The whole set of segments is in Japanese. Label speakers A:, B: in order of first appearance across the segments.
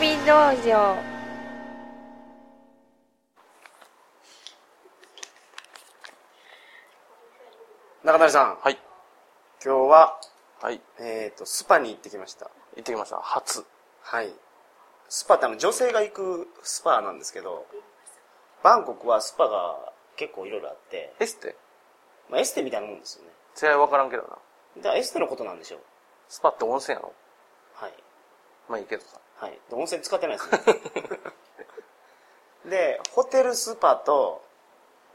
A: ジオ
B: 中谷さん、
C: はい。
B: 今日は、
C: はい。
B: えっ、と、スパに行ってきました。
C: 行ってきました。初。
B: はい。スパってあの、女性が行くスパなんですけど、バンコクはスパが結構いろいろあって、
C: エステ
B: まあ、エステみたいなもんですよね。
C: 違い分からんけどな。
B: だからエステのことなんでしょう。
C: スパって温泉やろ
B: はい。
C: まあいいけどさ。
B: はい。で温泉使ってない ですね。で、ホテルスパと、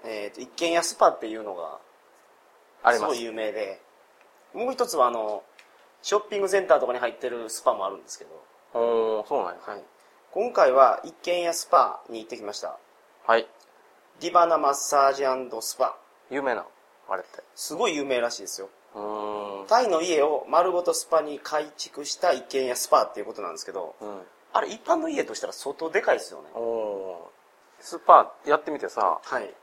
B: えっ、と、一軒家スパっていうのが、
C: あり
B: す
C: ま
B: ご
C: す。
B: い有名で、もう一つはあの、ショッピングセンターとかに入ってるスパもあるんですけど、
C: おー、そうなんや。
B: はい。今回は一軒家スパに行ってきました。
C: はい。
B: ディバナマッサージスパ。
C: 有名なのあれって。
B: すごい有名らしいですよ。
C: うーん。
B: タイの家を丸ごとスパに改築した一軒家スパっていうことなんですけど、
C: うん。
B: あれ一般の家としたら相当でかいですよね。
C: おー。スパやってみてさ、
B: はい。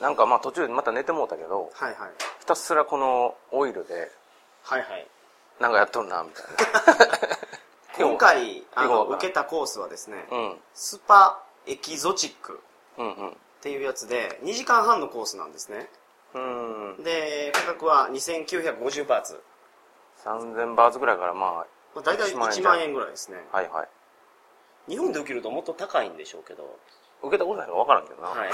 C: なんかまあ途中でまた寝てもうたけど、
B: はいはい。
C: ひたすらこのオイルで、
B: はいはい。
C: なんかやっとんな、みたい今日
B: 今回、あ
C: 今日
B: の、
C: はな
B: 受けたコースはですね、
C: な。
B: スパエキゾチック
C: うん。うん
B: っていうやつで、2時間半のコースなんですね。
C: うん。うん。
B: で、価格は2950バーツ。
C: 3000バーツぐらいからま
B: まあ、大体
C: 1万円
B: 1万円ぐらいですね。
C: あ、はいはい。
B: 日本で受けるともっと高いんでしょうけど。
C: 受けたことないから分からんけどな。
B: はい。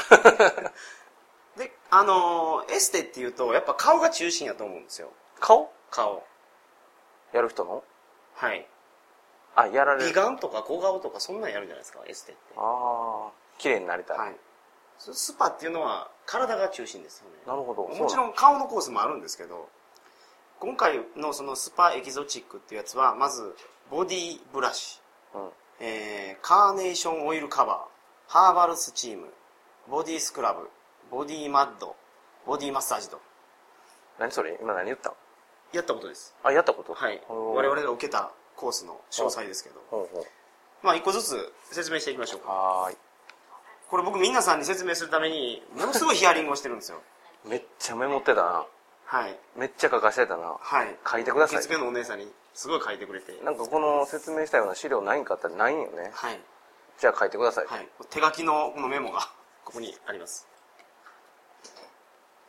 B: で、あのーエステっていうと、やっぱ顔が中心やと思うんですよ。
C: 顔
B: 顔。
C: やる人の
B: はい。
C: あ、やられ
B: 美
C: る。
B: 顔とか小顔とかそんなんやるじゃないですか、エステって。
C: ああ、綺麗になりたい。
B: はい。ススパっていうのは体が中心ですよね。
C: なるほど。
B: もちろん顔のコースもあるんですけど、今回のそのスパエキゾチックっていうやつは、まず、ボディブラシ、
C: そうなん。
B: えーカーネーションオイルカバー、ハーバルスチーム、ボディスクラブ、ボディマッド、ボディマッサージと。
C: 何それ今何言ったの
B: やったことです。
C: あ、やったこと
B: はい。
C: おー
B: 我々が受けたコースの詳細ですけど。
C: ほうほう
B: まあ、一個ずつ説明していきましょうか。
C: はー
B: これ僕、皆さんに説明するために、ものすごいヒアリングをしてるんですよ。
C: い。めっちゃメモってたな。
B: はい。
C: めっちゃ書かせてたな。
B: はい。
C: 書いてくだ
B: 受
C: さい。
B: 付のお姉さんに、すごい書いてくれて。
C: なんかこの説明したような資料ないんかったらないんよね。
B: はい。
C: じゃあ書いてください。
B: はい。手書きのこのメモが、 ここにあります。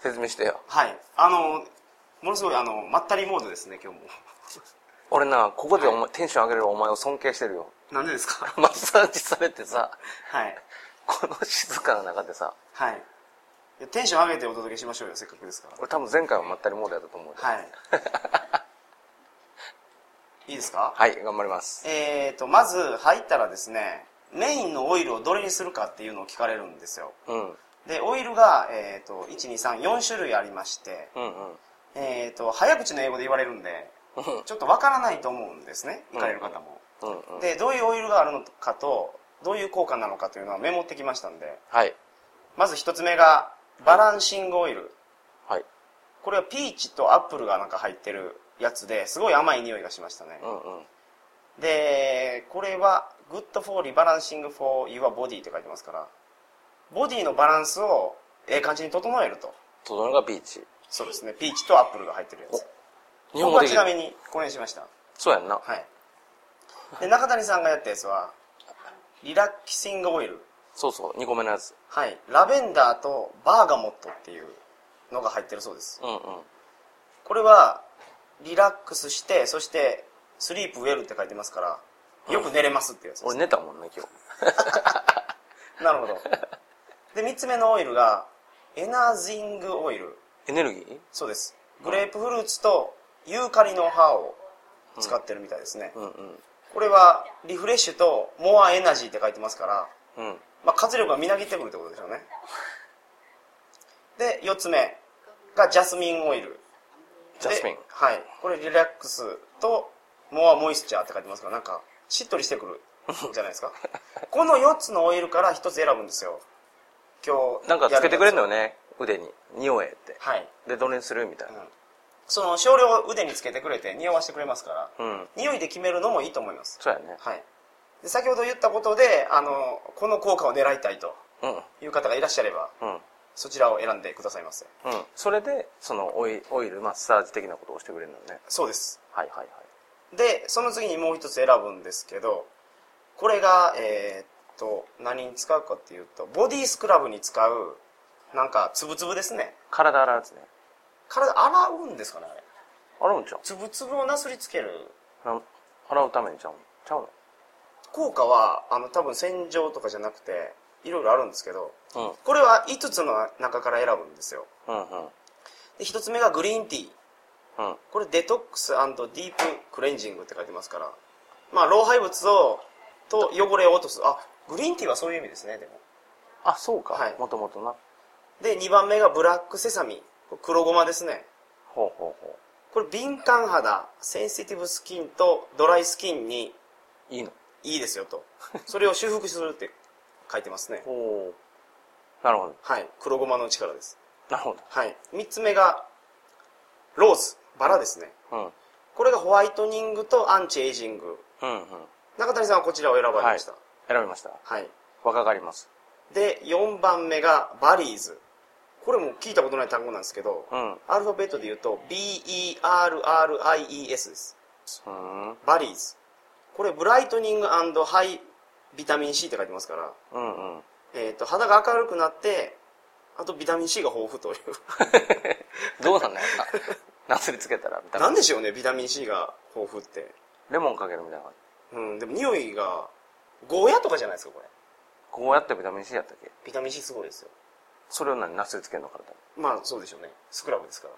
C: 説明してよ。
B: はい。あの、ものすごい、あの、まったりモードですね、今日も。
C: 俺な、ここでお前、テンション上げれるお前を尊敬してるよ。
B: なんでです か
C: マッサージされてさ、
B: はい。
C: この静かな中でさ、
B: はいいや。テンション上げてお届けしましょうよ、せっかくですから。
C: 俺多分前回はまったりモードやったと思うよ。
B: はい。いいですか
C: はい、頑張ります。
B: えーと、まず入ったらですね、メインのオイルをどれにするかっていうのを聞かれるんですよ。
C: うん。うん
B: で、オイルが、えーと、1、2、3、4種類ありまして、
C: うん。
B: えーと、早口の英語で言われるんで、ちょっとわからないと思うんですね、行かれる方も。
C: うんうん。
B: で、どういうオイルがあるのかと、どういう効果なのかというのはメモってきましたんで、
C: はい。
B: まず一つ目が、バランシングオイル。
C: はい。
B: これはピーチとアップルがなんか入ってるやつですごい甘い匂いがしましたね。
C: うんうん。
B: でこれは「Good for Rebalancing for Your Body」って書いてますからボディのバランスをええ感じに整えると
C: とどのがビーチ。
B: そうですねピーチとアップルが入ってるやつ
C: 日
B: 僕
C: 本語
B: は
C: で
B: ち
C: き
B: な
C: る。
B: みにこれにしました
C: そうやんな。
B: はいで中谷さんがやったやつはリラキシングオイル
C: そうそう、2個目のやつ。
B: はいラベンダーとバーガモットっていうのが入ってるそうです
C: うんうん。
B: これはリラックスしてそしてスリープウェルって書いてますからよく寝れますっていうやつです
C: 俺寝たもんね、今日。
B: なるほど。で、三つ目のオイルが、エナージングオイル。
C: エネルギー
B: そうです。グレープフルーツとユーカリの葉を使ってるみたいですね。
C: うんうん。
B: これは、リフレッシュとモアエナジーって書いてますから、
C: うん。
B: まあ、活力がみなぎってくるってことでしょうね。で、四つ目がジャスミンオイル。
C: ジャスミン
B: で。はい。これリラックスとモアモイスチャーって書いてますから、なんか、しっとりしてく るじゃないですか。この4つのオイルから1つ選ぶんですよ。今日。
C: なんかつけてくれんの
B: よ。
C: よね、腕に。匂えって。
B: はい。
C: で、どれにするみたい
B: うんその少量を腕につけてくれて匂わしてくれますから、
C: な。うん。
B: 匂いで決めるのもいいと思います。
C: そうやね。
B: はい。で先ほど言ったことで、あの、この効果を狙いたいと
C: うん。
B: いう方がいらっしゃれば、
C: うん。
B: そちらを選んでくださいませ。
C: うん。それで、そのオイ、オイルマッサージ的なことをしてくれるのよね。
B: そうです。
C: はいはいはい。
B: で、その次にもう一つ選ぶんですけど、これが、えーっと、何に使うかっていうと、ボディスクラブに使う、なんか、つぶつぶですね。
C: 体洗うやつね。
B: 体洗うんですかね、あれ。
C: 洗うんちゃう
B: つぶつぶをなすりつける。
C: 洗う洗うためにちゃうのちゃう
B: 効果は、あの、多分洗浄とかじゃなくて、いろいろあるんですけど、
C: の
B: これは5つの中から選ぶんですよ。
C: うん。うんうん。
B: で、1つ目がグリーンティー。
C: うん。
B: これデトックスディープクレンジングって書いてますから。まあ、老廃物を、と汚れを落とす。あ、グリーンティーはそういう意味ですね、でも。
C: あ、そうか。
B: はい
C: もともとな。
B: で、2番目がブラックセサミン。これ黒ごまですね。
C: ほうほうほ
B: これ敏感肌、センシティブスキンとドライスキンに
C: う。いいの
B: いいですよと。それを修復するって書いてますね。
C: ほう。なるほど。
B: はい。黒ごまの力です。
C: なるほ
B: はい。3つ目が、ローズ、バラですね。
C: ど。うん。
B: これがホワイトニングとアンチエイジング。
C: うんうん。
B: 中谷さんはこちらを選ばれました。
C: 選びました。
B: はい
C: 若返ります。
B: で、4番目がバリーズ。これも聞いたことない単語なんですけど、
C: うん。う
B: アルファベットで言うと B-E-R-R-I-E-S です。
C: ーん。
B: バリーズ。これブライトニングハイビタミン C って書いてますから、
C: うんうん。
B: えっ、と、肌が明るくなって、あとビタミン C が豊富と いう。
C: どうなんだよな。なすりつけたら、みたい
B: な
C: な。
B: んでしょうね、ビタミン C が豊富って。
C: レモンかけるみたいな感じ。
B: うん、でも匂いが、ゴーヤとかじゃないですか、これ。
C: こうやってビタミン C やったっけ
B: ビタミン C すごいですよ。
C: それを何なすりつけるの体に。
B: まあそうでしょうね。スクラブですか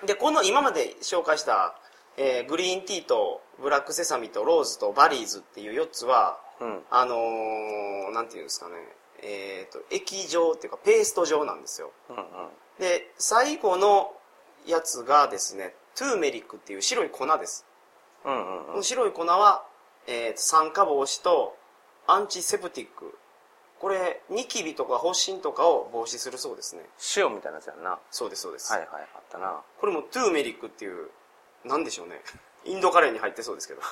B: ら。で、この今まで紹介した、えーグリーンティーとブラックセサミとローズとバリーズっていう4つは、
C: うん。
B: あのーなんていうんですかね、えっ、と、液状っていうかペースト状なんですよ。
C: うんうん。
B: で、最後のやつがですね、トゥーメリックっていう白い粉です。
C: うんうん
B: こ
C: うん
B: の。白い粉は、えー酸化防止とアンチセプティック。これ、ニキビとか発疹とかを防止するそうですね。
C: 塩みたいなやつやんな。は
B: そうです、そうです。
C: いはい。あったな。
B: これもトゥーメリックっていう、なんでしょうね。 インドカレーに入ってそうですけ ど。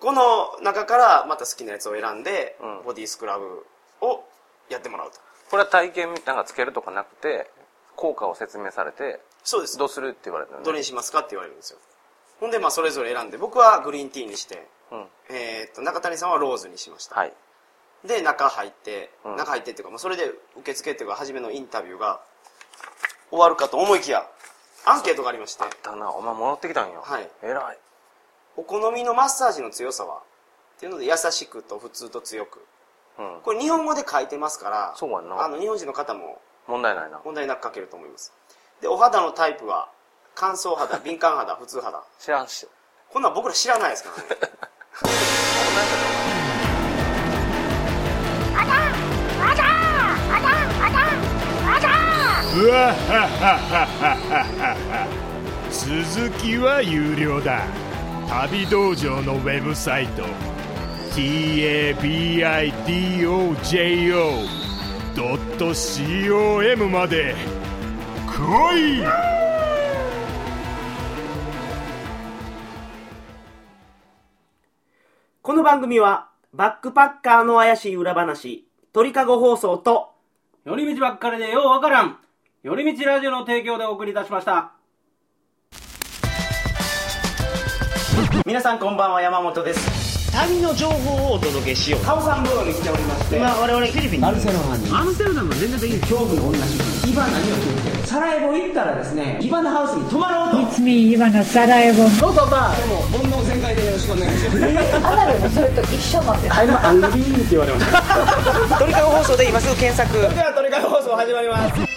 B: この中からまた好きなやつを選んで、
C: うん
B: ボディスクラブをやってもらうと。
C: これは体験なんかつけるとかなくて、効果を説明されて、
B: そうです。
C: ど
B: ど
C: うするって言われたのね。
B: れにしますかって言われるんですよ。ほんで、まあ、それぞれ選んで、僕はグリーンティーにして、
C: うん。
B: えーっと、中谷さんはローズにしました。
C: はい。
B: で、中入って、
C: うん
B: 中入ってっていうか、もうそれで受付っていうか、初めのインタビューが終わるかと思いきや、アンケートがありまして、
C: だな、お前戻ってきたんよ。
B: はい。
C: 偉い。
B: お好みのマッサージの強さはっていうので優しくと普通と強く
C: うん。
B: これ日本語で書いてますから
C: そうやん
B: あ
C: な。
B: の日本人の方も
C: 問題ないな。
B: 問題なく書けると思いますでお肌のタイプは乾燥肌敏感肌普通肌
C: 知らんし。
B: こんなん僕ら知らないですからね
A: うわははははは続きは有料だ旅道場のウェブサイト tabidojo.com まで来い
D: この番組は、バックパッカーの怪しい裏話、鳥かご放送と、
E: 寄り道ばっかりでようわからん寄り道ラジオの提供でお送りいたしました
B: 皆さんこんばんは山本です
F: 旅の情報をお届けしよう
B: カオさんブームに来ておりまして
F: 今我々フィリピンにいるんですよ
D: アムステルダムは全然できる恐怖の女主義。イバナには聞いてる。サラエボ行ったらですね、イバナハウスに泊まろうと。
G: It's me, Ivana Sarajevo.
D: どうぞまあ、でも、煩悩全開でよろしくお願いします。
H: アナルもそれと一緒なんです。
D: タイムアングリーンって言われました。
F: 鳥かご放送で今すぐ検索
D: では、鳥かご放送始まります。